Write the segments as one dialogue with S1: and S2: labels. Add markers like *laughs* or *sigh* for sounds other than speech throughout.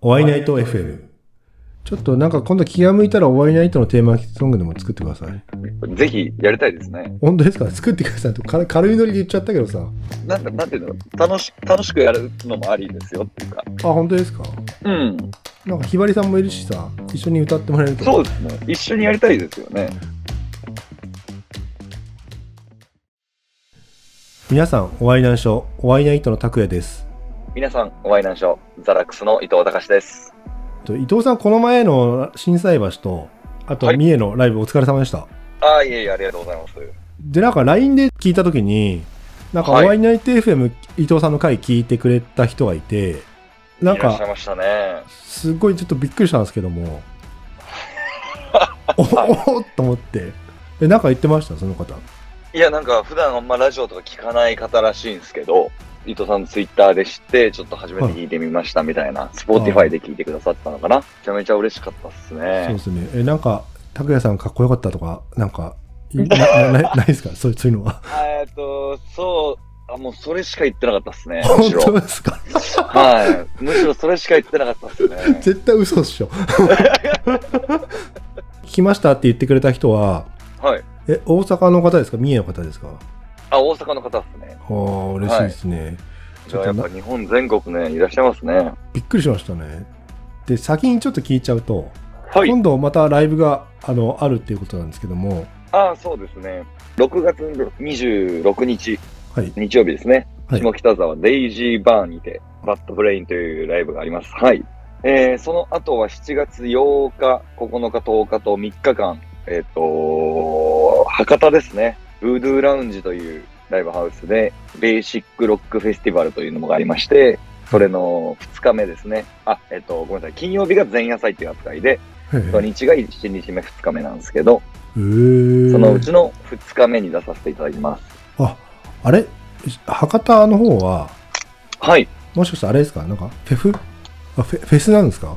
S1: お会いナイト FM。ちょっとなんか今度気が向いたらお会いナイトのテーマソングでも作ってください。
S2: ぜひやりたいですね。
S1: 本当ですか作ってくださいとか軽いノリで言っちゃったけどさ。
S2: なんか、なんていうの、楽し楽しくやるのもありですよっていうか。
S1: あ、本当ですか
S2: うん、
S1: なんかひばりさんもいるしさ、一緒に歌ってもらえると。
S2: そうですね。一緒にやりたいですよね。
S1: 皆さん、お会いなんしょう、お会いナイトの拓也です。
S2: 皆さん、お会いなんしょう。ザラックスの伊藤隆です。
S1: と伊藤さん、この前の震災橋と、あと
S2: はい
S1: 三重のライブお疲れ様でした。
S2: ああ、いえいえ、ありがとうございます。
S1: で、なんか LINE で聞いたときに、なんかお
S2: はい
S1: 会いナイト FM 伊藤さんの回聞いてくれた人がいて、なん
S2: いらっしゃい
S1: か、
S2: ましたね。
S1: すごいちょっとびっくりしたんですけど
S2: *laughs*
S1: も、おおおと思って。え、なんか言ってましたその方。
S2: いや、なんか、普段あんまラジオとか聞かない方らしいんですけど、伊藤さんツイッターで知って、ちょっと初めて聞いてみましたみたいな、スポーティファイで聞いてくださったのかな。めちゃめちゃ嬉しかったっす
S1: そう
S2: ね
S1: で。すね。え、なんか、拓也さんかっこよかったとか、なんか、
S2: *laughs*
S1: いなななないですかそうそういうのは。
S2: えっと、そう、あ、もうそれしか言ってなかったっ
S1: *laughs*
S2: すね。む
S1: 本
S2: しろ。
S1: 当ですか
S2: はい。むしろそれしか言ってなかったっ *laughs* すね。
S1: 絶対嘘っしょ。 *laughs* 聞きましたって言ってくれた人は、
S2: はい。
S1: え、大阪の方ですか三重の方ですか
S2: あ、大阪の方っすね。
S1: ああ、嬉しいですね。
S2: じゃあやっぱ日本全国ね、いらっしゃいますね。
S1: びっくりしましたね。で、先にちょっと聞いちゃうと、
S2: はい。
S1: 今度またライブがあのあるっていうことなんですけども、
S2: ああ、そうですね。6月26日、
S1: はい、
S2: 日曜日ですね。
S1: はい
S2: 下北沢デイジーバーにて、バッドブレインというライブがあります。はい。えー、その後は7月8日、9日、10日と3日間、えっ、と博多ですね。ブードゥーラウンジというライブハウスで、ベーシックロックフェスティバルというのもありまして、それの2日目ですね。あ、えっ、と、ごめんなさい。金曜日が前夜祭という扱いで、
S1: へえ
S2: 土日が1日目、2日目なんですけど、
S1: えー
S2: そのうちの2日目に出させていただきます。
S1: あ、あれ博多の方は、
S2: はい。
S1: もしかしてあれですかなんか、フェフあフェフェスなんですか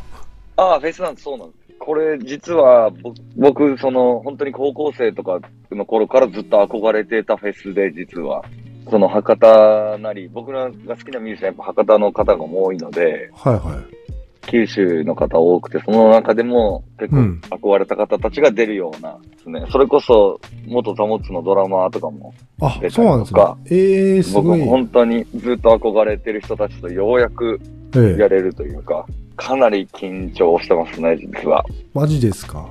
S2: ああ、フェスなんです、そうなんです。これ、実は、ぼ僕、その、本当に高校生とかの頃からずっと憧れてたフェスで、実は。その、博多なり、僕らが好きなミュージシャン、やっぱ博多の方が多いので、
S1: はいは
S2: 九州の方多くて、その中でも、結
S1: うん
S2: 構、憧れた方たちが出るようなですね。それこそ、元ザモツのドラマーとかも、
S1: い。あ、
S2: 出
S1: そ
S2: た
S1: う
S2: り
S1: なんですか。ええー、す
S2: 僕
S1: ごい。
S2: も本当にずっと憧れてる人たちとようやく
S1: ええ
S2: やれるというか、かなり緊張してますね、実は。
S1: マジですか。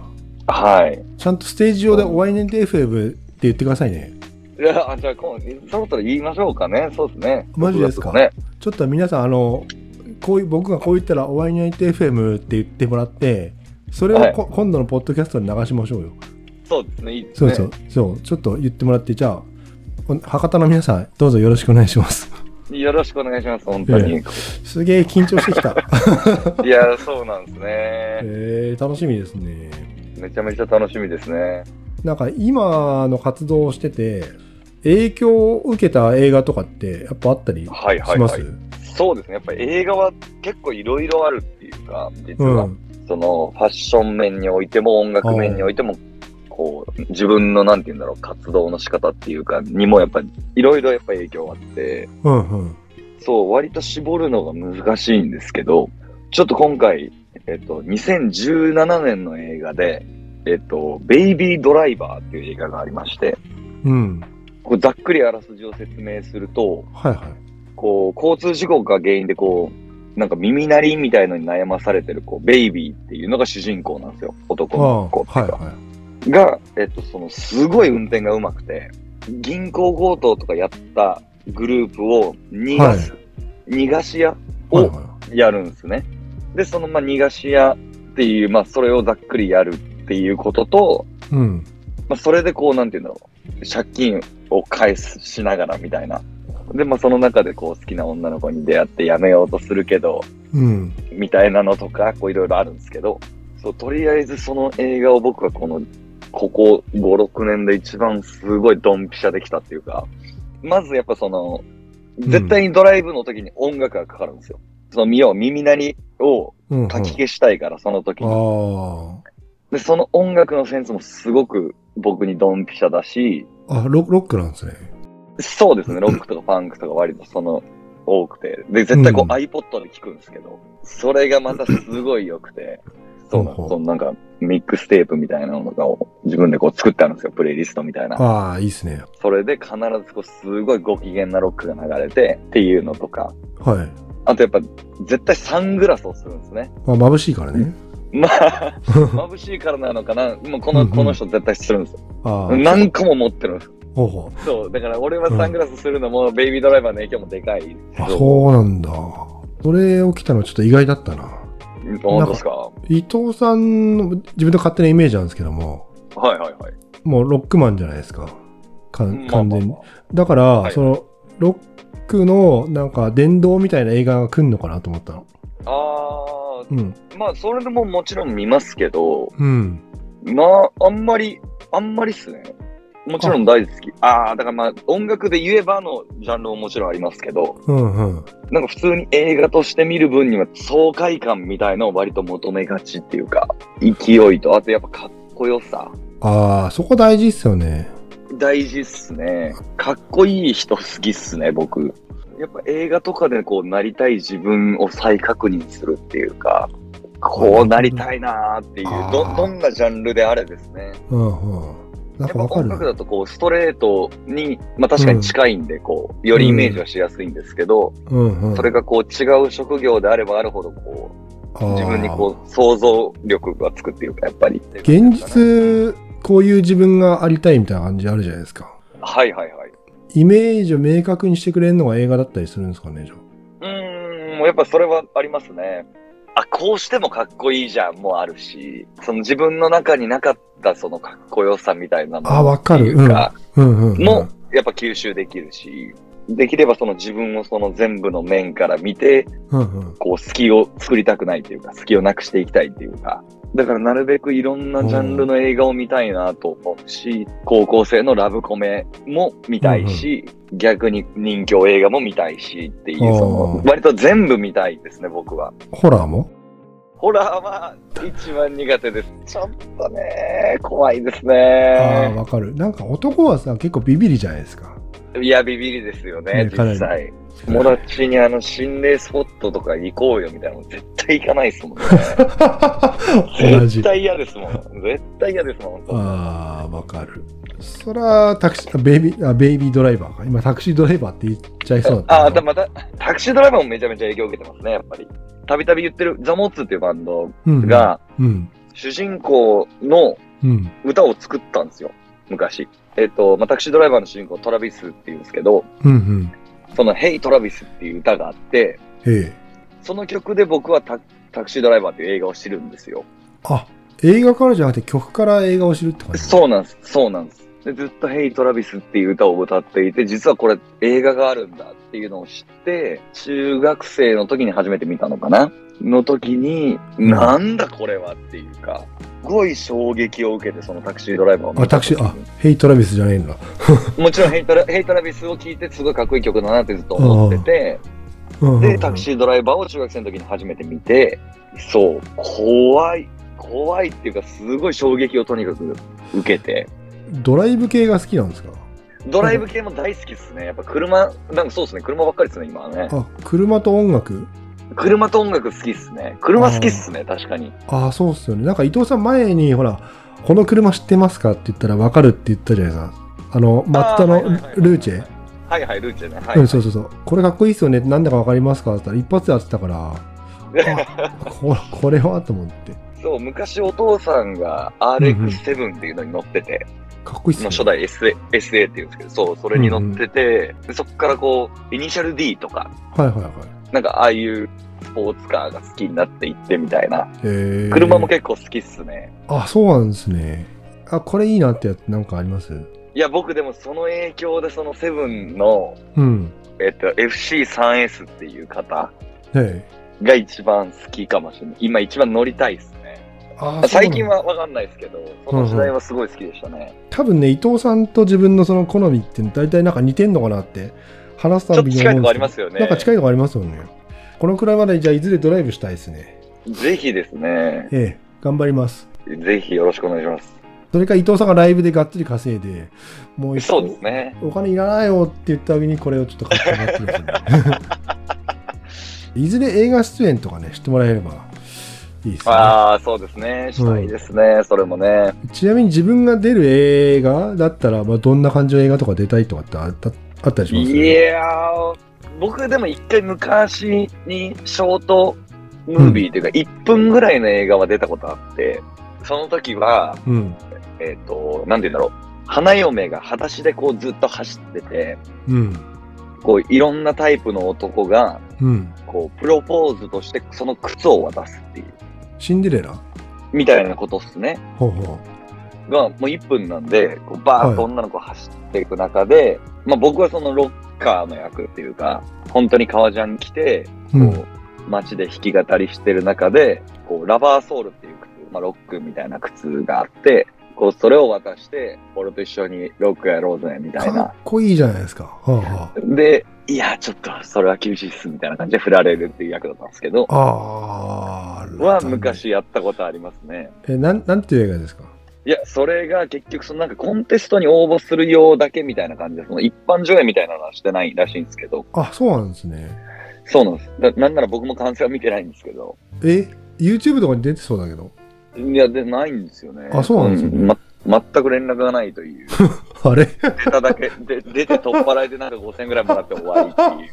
S2: はい。
S1: ちゃんとステージ上でお会いねんで FM って言ってくださいね。
S2: いや、あじゃあ、今度そろそろ言いましょうかね。そうですね。
S1: マジですか
S2: ね。
S1: ちょっと皆さん、あの、こういう、僕がこう言ったら、お会いに会いて FM って言ってもらって、それをこ、今度のポッドキャストに流しましょうよ。
S2: そうですね。いいです
S1: そ
S2: ね。
S1: うそう、そう、ちょっと言ってもらって、じゃあ、お博多の皆さん、どうぞよろしくお願いします。
S2: よろしくお願いします、本当に。
S1: えすげえ緊張してき
S2: *laughs*
S1: た。
S2: いや、そうなんですね。
S1: えー、楽しみですね。
S2: めちゃめちゃ楽しみですね。
S1: なんか、今の活動をしてて、影響を受けた映画とかって、やっぱあったりし
S2: はいはい
S1: ま
S2: は
S1: す、
S2: い。そうですね。やっぱり映画は結構いろいろあるっていうか、実
S1: う
S2: は、
S1: ん。
S2: そのファッション面においても音楽面においても、こう、自分のなんて言うんだろう、活動の仕方っていうか、にもやっぱりいろいろやっぱ影響があって、
S1: うんうん。
S2: そう、割と絞るのが難しいんですけど、ちょっと今回、えっと、2017年の映画で、えっと、ベイビードライバーっていう映画がありまして、
S1: うん。
S2: こうざっくりあらすじを説明すると、
S1: はいはい。
S2: こう、交通事故が原因でこう、なんか耳鳴りみたいのに悩まされてる、こう、ベイビーっていうのが主人公なんですよ。男の子っていう
S1: あ
S2: か
S1: あはいはい。
S2: が、えっと、その、すごい運転がうまくて、銀行強盗とかやったグループを逃がす、逃がし屋
S1: は
S2: を
S1: いは
S2: やるんですね。で、その、まあ、逃がし屋っていう、まあ、それをざっくりやるっていうことと、
S1: い。うん。
S2: まあ、それでこう、なんていうんだろう、借金を返すしながらみたいな。で、まあ、その中でこう、好きな女の子に出会ってやめようとするけど、
S1: うん。
S2: みたいなのとか、こう、いろいろあるんですけど、そう、とりあえずその映画を僕はこの、ここ5、6年で一番すごいドンピシャできたっていうか、まずやっぱその、絶対にドライブの時に音楽がかかるんですよ。その、見よう、耳鳴りを、
S1: うんうん
S2: 書き消したいから、その時
S1: あ
S2: に。で、その音楽のセンスもすごく僕にドンピシャだし、
S1: あ。あロ、ロックなんですね。
S2: そうですね、ロックとかファンクとか割とその多くて、で、絶対こう、
S1: うん
S2: iPod で聞くんですけど、それがまたすごい良くて、そうなんです
S1: ほうほう
S2: そのなんか、ミックステープみたいなのとかを自分でこう作ってあるんですよ、プレイリストみたいな。
S1: ああ、いいですね。
S2: それで必ずこう、すごいご機嫌なロックが流れてっていうのとか、
S1: はい。
S2: あとやっぱ、絶対サングラスをするんですね。
S1: まあ、眩しいからね。
S2: まあ、眩しいからなのかな、もうこ
S1: う
S2: の、
S1: んうん
S2: この人絶対するんですよ。
S1: ああ、
S2: 何個も持ってるんです。
S1: ほうほ
S2: そう、だから俺はサングラスするのも、ベイビードライバーの影響もでかい。
S1: う。あ、そうなんだ。それ起きたのはちょっと意外だったな。
S2: うん本当ですかは
S1: 伊藤さんの自分の勝手なイメージなんですけども、
S2: いはいはい。
S1: もうロックマンじゃないですか。か完
S2: まあまあ
S1: 全に
S2: ま。あ
S1: だから、
S2: い
S1: その、ロックのなんか殿堂みたいな映画が来んのかなと思ったの。
S2: あ
S1: うん。
S2: ーまあ、それももちろん見ますけど、
S1: うん。
S2: まあ、あんまり、あんまりっすね。もちろん大好き。ああー、だからまあ、音楽で言えばのジャンルももちろんありますけど、
S1: うんうん。
S2: なんか普通に映画として見る分には爽快感みたいのを割と求めがちっていうか、勢いと、あとやっぱかっこよさ。
S1: ああ、そこ大事っすよね。
S2: 大事っすね。かっこいい人好きっすね、僕。やっぱ映画とかでこうなりたい自分を再確認するっていうか、こうなりたいなーっていう
S1: あ、ー
S2: ど、どんなジャンルであれですね。
S1: うんうん。なん
S2: やっ
S1: か
S2: ぱ
S1: わか
S2: 音
S1: る
S2: 楽
S1: な。
S2: だとこうストレートに、まあ確かに近いんで、こう、よりイメージはしやすいんですけど、
S1: うんうん。
S2: それがこう違う職業であればあるほど、こ
S1: あ
S2: う、
S1: ー
S2: 自分にこう想像力がつくっていうか、やっぱり。
S1: 現実、こういう自分がありたいみたいな感じあるじゃないですか。
S2: はいはいはい。
S1: イメージを明確にしてくれるのが映画だったりするんですかね、じゃ
S2: うーん、もうやっぱそれはありますね。あ、こうしてもかっこいいじゃんもあるし、その自分の中になかったそのかっこよさみたいなの
S1: あわかる
S2: っていうか、
S1: あ。うんうん、うん。
S2: もやっぱ吸収できるし、できればその自分をその全部の面から見て、
S1: うんうん。
S2: こう隙を作りたくないというか、隙をなくしていきたいっていうか、だからなるべくいろんなジャンルの映画を見たいなと思うし、高校生のラブコメも見たいし、逆に人気映画も見たいしっていう、そ
S1: あ
S2: の
S1: ー
S2: 割と全部見たいですね、僕は。
S1: ホラーも
S2: ホラーは一番苦手です。ちょっとね、怖いです
S1: ああ、
S2: ね。
S1: わかる。なんか男はさ、結構ビビりじゃないですか。
S2: いや、ビビりですよね、
S1: ねかなり
S2: 実際。友達にあの心霊スポットとか行こうよみたいなの絶対行かないですもんね。
S1: *laughs* 同
S2: 絶
S1: じ。
S2: 対嫌ですもん。絶対嫌ですもん。
S1: ああ、わかる。そら、タクシー、あベイビー、あ、ベイビードライバーか。今、タクシードライバーって言っちゃいそうだったな。
S2: あ、たまた、タクシードライバーもめちゃめちゃ影響を受けてますね、やっぱり。たびたび言ってる、ザ・モッツっていうバンド
S1: うん、
S2: が、
S1: うん。
S2: 主人公の
S1: うん。
S2: 歌を作ったんですよ、昔。えっと、まあ、タクシードライバーの主人公、トラビスっていうんですけど、
S1: うん。うん。
S2: その、ヘイ・トラビスっていう歌があって、
S1: ええ。
S2: その曲で僕はタタクシードライバーっていう映画を知るんですよ。
S1: あ、映画からじゃなくて曲から映画を知るって感じ。う。
S2: そうなんです、そうなんです。でずっと「ヘイトラビスっていう歌を歌っていて実はこれ映画があるんだっていうのを知って中学生の時に初めて見たのかなの時に
S1: うん
S2: なんだこれはっていうかすごい衝撃を受けてそのタクシードライバーを
S1: あ、
S2: 見た
S1: タ
S2: 時
S1: クシー、あ
S2: に、
S1: ヘイトラビスじゃないんだ。
S2: もちろんヘイトラ「ヘイトラビスを聴いてすごいかっこいい曲だなってずっと思ってて
S1: うんうんうん、
S2: でタクシードライバーを中学生の時に初めて見てそう怖い怖いっていうかすごい衝撃をとにかく受けて
S1: ドライブ系が好きなんですか
S2: ドライブ系も大好きっすね。やっぱ車、なんかそうですね。車ばっかりっすね、今はね。
S1: あ、車と音楽
S2: 車と音楽好きっすね。車好きっすね、確かに。
S1: ああ、そうっすよね。なんか伊藤さん前に、ほら、この車知ってますかって言ったら分かるって言ったじゃないですか。あの、マッタの
S2: あーはいはいはい
S1: ルーチェ。
S2: はいはい、ルーチェね。はい。
S1: うん、そうそうそう。これかっこいいっすよね。なんだか分かりますかって言ったら一発で当てた
S2: *laughs*
S1: から、あここれはと思って。
S2: そう、昔お父さんが RX7 っていうのに乗ってて、
S1: かっこいいっす
S2: の
S1: ね。
S2: 初代 SA, SA っていうんですけど、そう、それに乗ってて、でそっからこう、イニシャル D とか、
S1: はいはいはい。
S2: なんかああいうスポーツカーが好きになっていってみたいな。
S1: えー、
S2: 車も結構好きっすね。
S1: あ、そうなんですね。あ、これいいなってやつなんかあります
S2: いや、僕でもその影響でその7の、
S1: うん。
S2: えっと、FC3S っていう方、
S1: ね
S2: が一番好きかもしれない。今一番乗りたいですね。
S1: え。あー
S2: 最近。
S1: そうなんだ
S2: はわかんないですけど、その時代はすごい好きでしたね。
S1: 多分ね、伊藤さんと自分のその好みって大体なんか似てんのかなって、話す
S2: ちょ
S1: た
S2: っ
S1: び
S2: と
S1: に
S2: 近いとこ
S1: 思
S2: あ
S1: うんですけど
S2: りますよね。
S1: なんか近いのがありますよね。このくらいまで、じゃあ、いずれドライブしたいですね。
S2: ぜひですね、
S1: ええ、頑張ります。
S2: ぜひよろしくお願いします。
S1: それから伊藤さんがライブでがっつり稼いで、もう
S2: そうですね。 *laughs*
S1: お金いらないよって言ったあげに、これをちょっと買ってもらってください。いずれ映画出演とかね、してもらえればいいですね。
S2: ああ、そうですね。したいですね。それもね。
S1: ちなみに自分が出る映画だったら、まあ、どんな感じの映画とか出たいとかってあったあったりします
S2: いやー、僕でも一回昔にショートムービーというか、1分ぐらいの映画は出たことあって、その時は、
S1: うん。
S2: えっ、と、なんて言うんだろう。花嫁が裸足でこうずっと走ってて、
S1: うん。
S2: こういろんなタイプの男が、
S1: うん。
S2: こうプロポーズとしてその靴を渡すっていう、
S1: シンデレラ
S2: みたいなことっすね。
S1: ほうほ
S2: がもう1分なんで、こうバーッと女の子走っていく中で、まあ僕はそのロッカーの役っていうか、本当に革ジャン着て、
S1: う。うん。
S2: こう、街で弾き語りしてる中で、こう、ラバーソールっていう靴、まあ、ロックみたいな靴があって、こう、それを渡して、俺と一緒にロックやろうぜ、みたい
S1: か
S2: な
S1: っ。こいいじゃないですか。はあ、は
S2: で、いや、ちょっと、それは厳しいっす、みたいな感じで振られるっていう役だったんですけど、
S1: あ。あー
S2: は、。昔やったことありますね。
S1: え、なん、なんていう映画ですか
S2: いや、それが結局、そのなんかコンテストに応募するようだけみたいな感じで、その一般上映みたいなのはしてないらしいんですけど、
S1: あ、そうなんですね。
S2: そうなんです。だなんなら僕も完成は見てないんですけど、
S1: え、YouTube とかに出てそうだけど。 *laughs*
S2: いや、で、ないんですよね。
S1: あそうなんですね
S2: ま全く連絡がないという。
S1: あれ *laughs*
S2: 出ただけ、 *laughs* で出て取っ払いでなんか5000円ぐらいもらって終わりって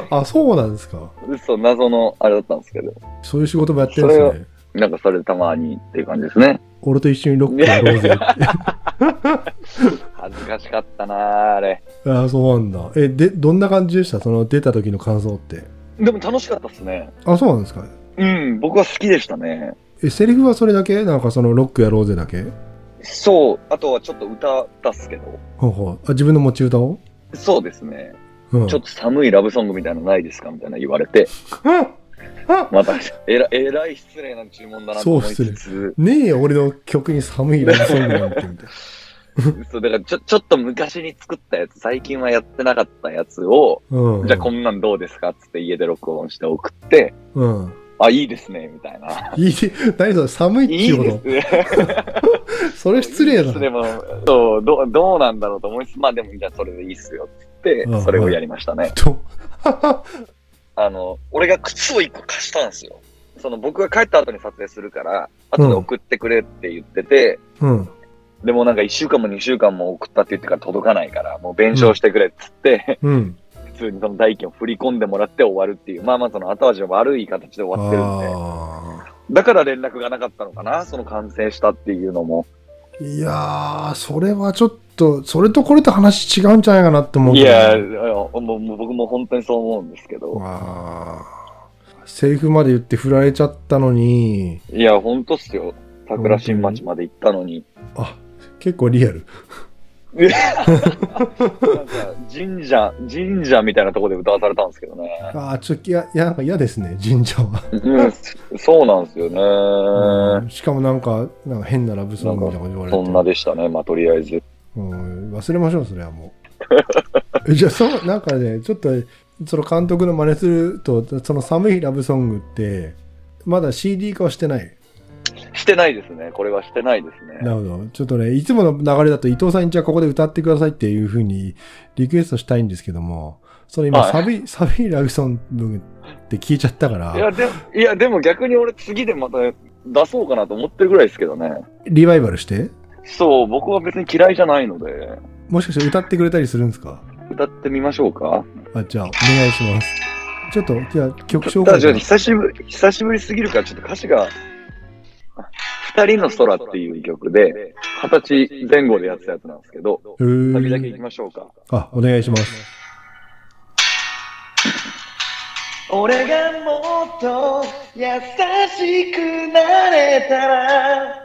S2: い
S1: あ、そうなんですか。
S2: う。嘘、謎のあれだったんですけど。
S1: そういう仕事もやってるんですね。
S2: なんかそれたまにっていう感じですね。
S1: 俺と一緒にロックやろう *laughs* ぜって。
S2: 恥ずかしかったなああれ。
S1: あ、そうなんだ。え、で、どんな感じでしたその出た時の感想って。
S2: でも楽しかったっすね。
S1: あ、そうなんですか。
S2: うん、僕は好きでしたね。
S1: え、セリフはそれだけなんかそのロックやろうぜだけ
S2: そう、あとはちょっと歌ったっすけど。
S1: ほうほう。あ、自分の持ち歌を
S2: そうですね。
S1: うん。
S2: ちょっと寒いラブソングみたいなのないですかみたいな言われて、また、えらえらい失礼な注文だなと思いつつ、
S1: *laughs* ねえよ、俺の曲に寒いラブソングなんてみたい
S2: そうだからちょちょっと昔に作ったやつ、最近はやってなかったやつを、
S1: な。うん。
S2: じゃあこんなんどうですかっつって家で録音して送って、
S1: うん。
S2: あ、いいですね、みたいな。
S1: いい、何それ、寒いって
S2: い
S1: い
S2: いうで
S1: こ
S2: すね。
S1: と。それ失礼だ
S2: で
S1: な。
S2: も、そう、どう、どうなんだろうと思いつつ、まあでも、じゃあそれでいいっすよっ
S1: う
S2: て言っ
S1: ん
S2: て、それをやりましたね。
S1: と、
S2: あの、俺が靴を一個貸したんですよ。その僕が帰った後に撮影するから、後で送ってくれって言ってて、
S1: *laughs* うん。
S2: でもなんか一週間も二週間も送ったって言ってから届かないから、もう弁償してくれっつって、
S1: うん。
S2: 普通にその代金を振り込んでもらって終わるっていう、まあまあその後味の悪い形で終わってるんで。
S1: あ
S2: だから連絡がなかったのかな、その完成したっていうのも。
S1: ーいやー、それはちょっと、それとこれと話違うんじゃないかなって思う
S2: い
S1: けど。
S2: や、もうもう僕も本当にそう思うんですけど。
S1: わーセリフまで言って振られちゃったのに、
S2: いや、本当っすよ。桜新町まで行った
S1: *laughs*
S2: のに。
S1: あ、結構リアル。
S2: なんか神社、神社みたいなところで歌わされたんですけどね。
S1: あー、ちょっと、いや、いやなんか嫌ですね、神社は。
S2: うん、そうなんですよ
S1: う
S2: ね。
S1: んしかもなんか、なんか変なラブソングみたいなこと言われて。
S2: そんなでしたね、まあとりあえず。
S1: うん、忘れましょう、それはもう。 *laughs* じゃあ、その、なんかね、ちょっと、その監督の真似すると、その寒いラブソングって、まだ CD 化はしてない。
S2: してないですね。これはしてないです
S1: な
S2: ね。
S1: るほど。ちょっとね、いつもの流れだと伊藤さんにじゃあここで歌ってくださいっていうふうにリクエストしたいんですけども、その今、
S2: はい
S1: 寒い、寒いラブソングって聞いちゃったか
S2: い
S1: ら、
S2: や、でも、いや、でも逆に俺次でまた出そうかなと思ってるぐらいですけどね。
S1: リバイバルして、
S2: そう、僕は別に嫌いじゃないので、
S1: もしかして歌ってくれたりするんですか
S2: 歌ってみましょうか。
S1: あ、じゃあ、お願いします。ちょっと、じゃあ曲紹
S2: た
S1: 介
S2: だちょっと久しぶり、久しぶりすぎるから、ちょっと歌詞が、あ二人の空っていう曲で、二十歳前後でやってたやつなんですけど、
S1: うーん
S2: 先だけ行きましょうか。
S1: あ、お願いします。
S2: 俺がもっと優しくなれたら、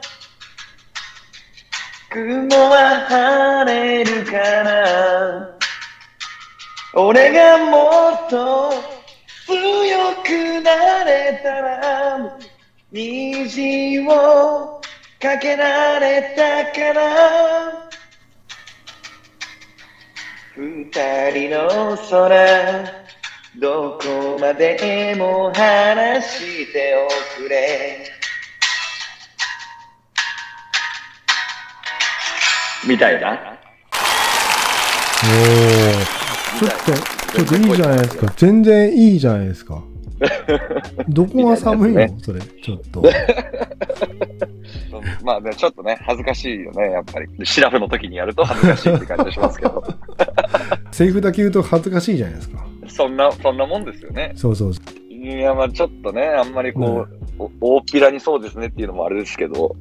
S2: 雲は晴れるかな。俺がもっと強くなれたら、虹をかけられたから。二人の空、どこまでも話しておくれ。みたいな。 *laughs*
S1: おお、ちょっと、ちょっといいじゃないですか。全然いいじゃないですか。どこが寒い
S2: みたい
S1: のそれ、ちょっと。
S2: まあね、ちょっとね、恥ずかしいよね、やっぱり。調べの時にやると恥ずかしいって感じがしますけど。 *laughs*
S1: セリフだけ言うと恥ずかしいじゃないですか。
S2: そんな、そんなもんですよね。
S1: そうそう。
S2: いや、まあちょっとね、あんまりこう、お大っぴらにそうですねっていうのもあれですけど。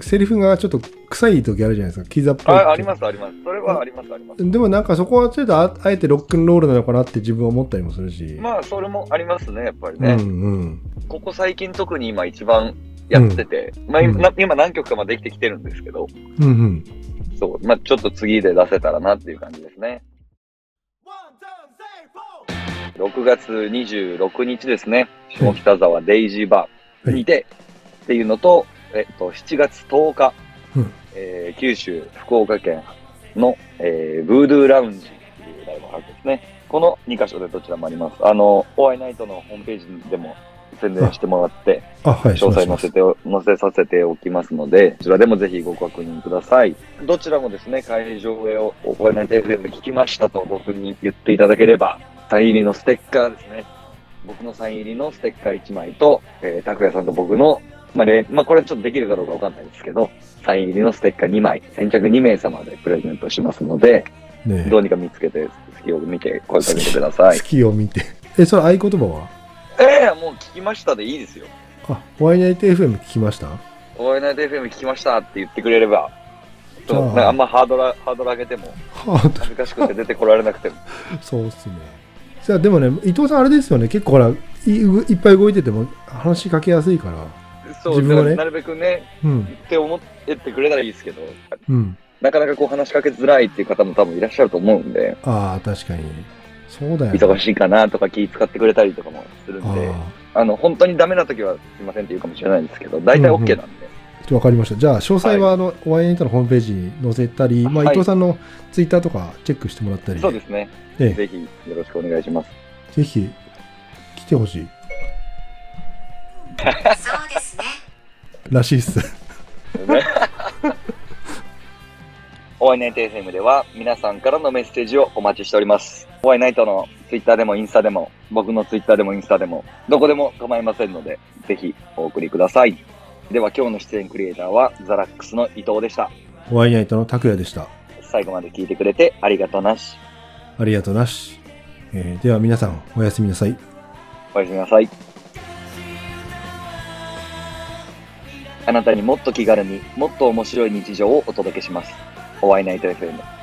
S1: セリフがちょっと臭い時あるじゃないですか。キザっぽい時。
S2: あ、あります、あります。それはあります、あります。
S1: でもなんかそこはちょっとああえてロックンロールなのかなって自分は思ったりもするし。
S2: まあ、それもありますね、やっぱり
S1: う
S2: ね。
S1: んうん。
S2: ここ最近特に今一番やってて、まあ
S1: うん
S2: 今、今何曲かまあできてきてるんですけど、
S1: うんうん。
S2: そう、まあちょっと次で出せたらなっていう感じですね。6月26日ですね、下北沢デイジーバーにて、っていうのと、えっと、7月10日、
S1: うん
S2: えー九州、福岡県の、えーブードゥーラウンジっていうライブハウスですね。この2カ所でどちらもあります。あの、オーアイナイトのホームページでも宣伝してもらって、
S1: あ、はい。
S2: 詳細載
S1: し
S2: せてお、載せさせておきますので、こちらでもぜひご確認ください。どちらもですね、会場へおお声の手で聞きましたと僕に言っていただければ、サイン入りのステッカーですね。僕のサイン入りのステッカー1枚と、えー、拓也さんと僕の、まあ、れまあ、これちょっとできるかどうかわかんないですけど、サイン入りのステッカー2枚、先着2名様でプレゼントしますので、
S1: ますねえ
S2: どうにか見つけて、好きを見て声かけてください
S1: 好。きを見て。え、それ合言葉は
S2: ええもう聞きましたでいいですよ。
S1: あ、ワイナイト FM 聞きました *laughs*
S2: オールナイト FM 聞きましたって言ってくれれば、
S1: じゃあ
S2: そうなんかあんまハードルハードル上げても、
S1: は
S2: 恥ずかしくて出てこられなく
S1: *laughs*
S2: ても。
S1: あ、そうっすね。じゃあでもね、伊藤さんあれですよね。結構ほら、いいっぱい動いてても話しかけやすいから。
S2: そう、
S1: 自分はね
S2: だからなるべくね、
S1: うん
S2: 言。って思ってってくれたらいいですけど、
S1: うん。
S2: なかなかこう話しかけづらいっていう方も多分いらっしゃると思うんで、
S1: ああ、確かに。そうだよね。
S2: 忙しいかなとか気使ってくれたりとかもするんで、
S1: あ
S2: あの、本当にダメな時はすいませんって言うかもしれないんですけど、大体
S1: うんうん
S2: OK なんで。
S1: あ、わかりました。じゃあ、詳細はあの、ワイナイトのホームページに載せたり、まあ、
S2: はい
S1: 伊藤さんのツイッターとかチェックしてもらったり。
S2: そうですね。
S1: ええ
S2: ぜひよろしくお願いします。
S1: ぜひ来てほしい
S3: そうですね。
S1: らしいっす。
S2: ね *laughs* お会いナイト FM では皆さんからのメッセージをお待ちしております。お会いナイトのツイッターでもインスタでも、僕のツイッターでもインスタでも、どこでも構いませんので、ぜひお送りください。では今日の出演クリエイターはザラックスの伊藤でした。
S1: ワイナイトの拓也でした。
S2: 最後まで聞いてくれてありがとうなし。
S1: ありがとうなし。えーでは皆さん、おやすみなさい。
S2: おやすみなさい。あなたにもっと気軽にもっと面白い日常をお届けします。お会いナイト FM。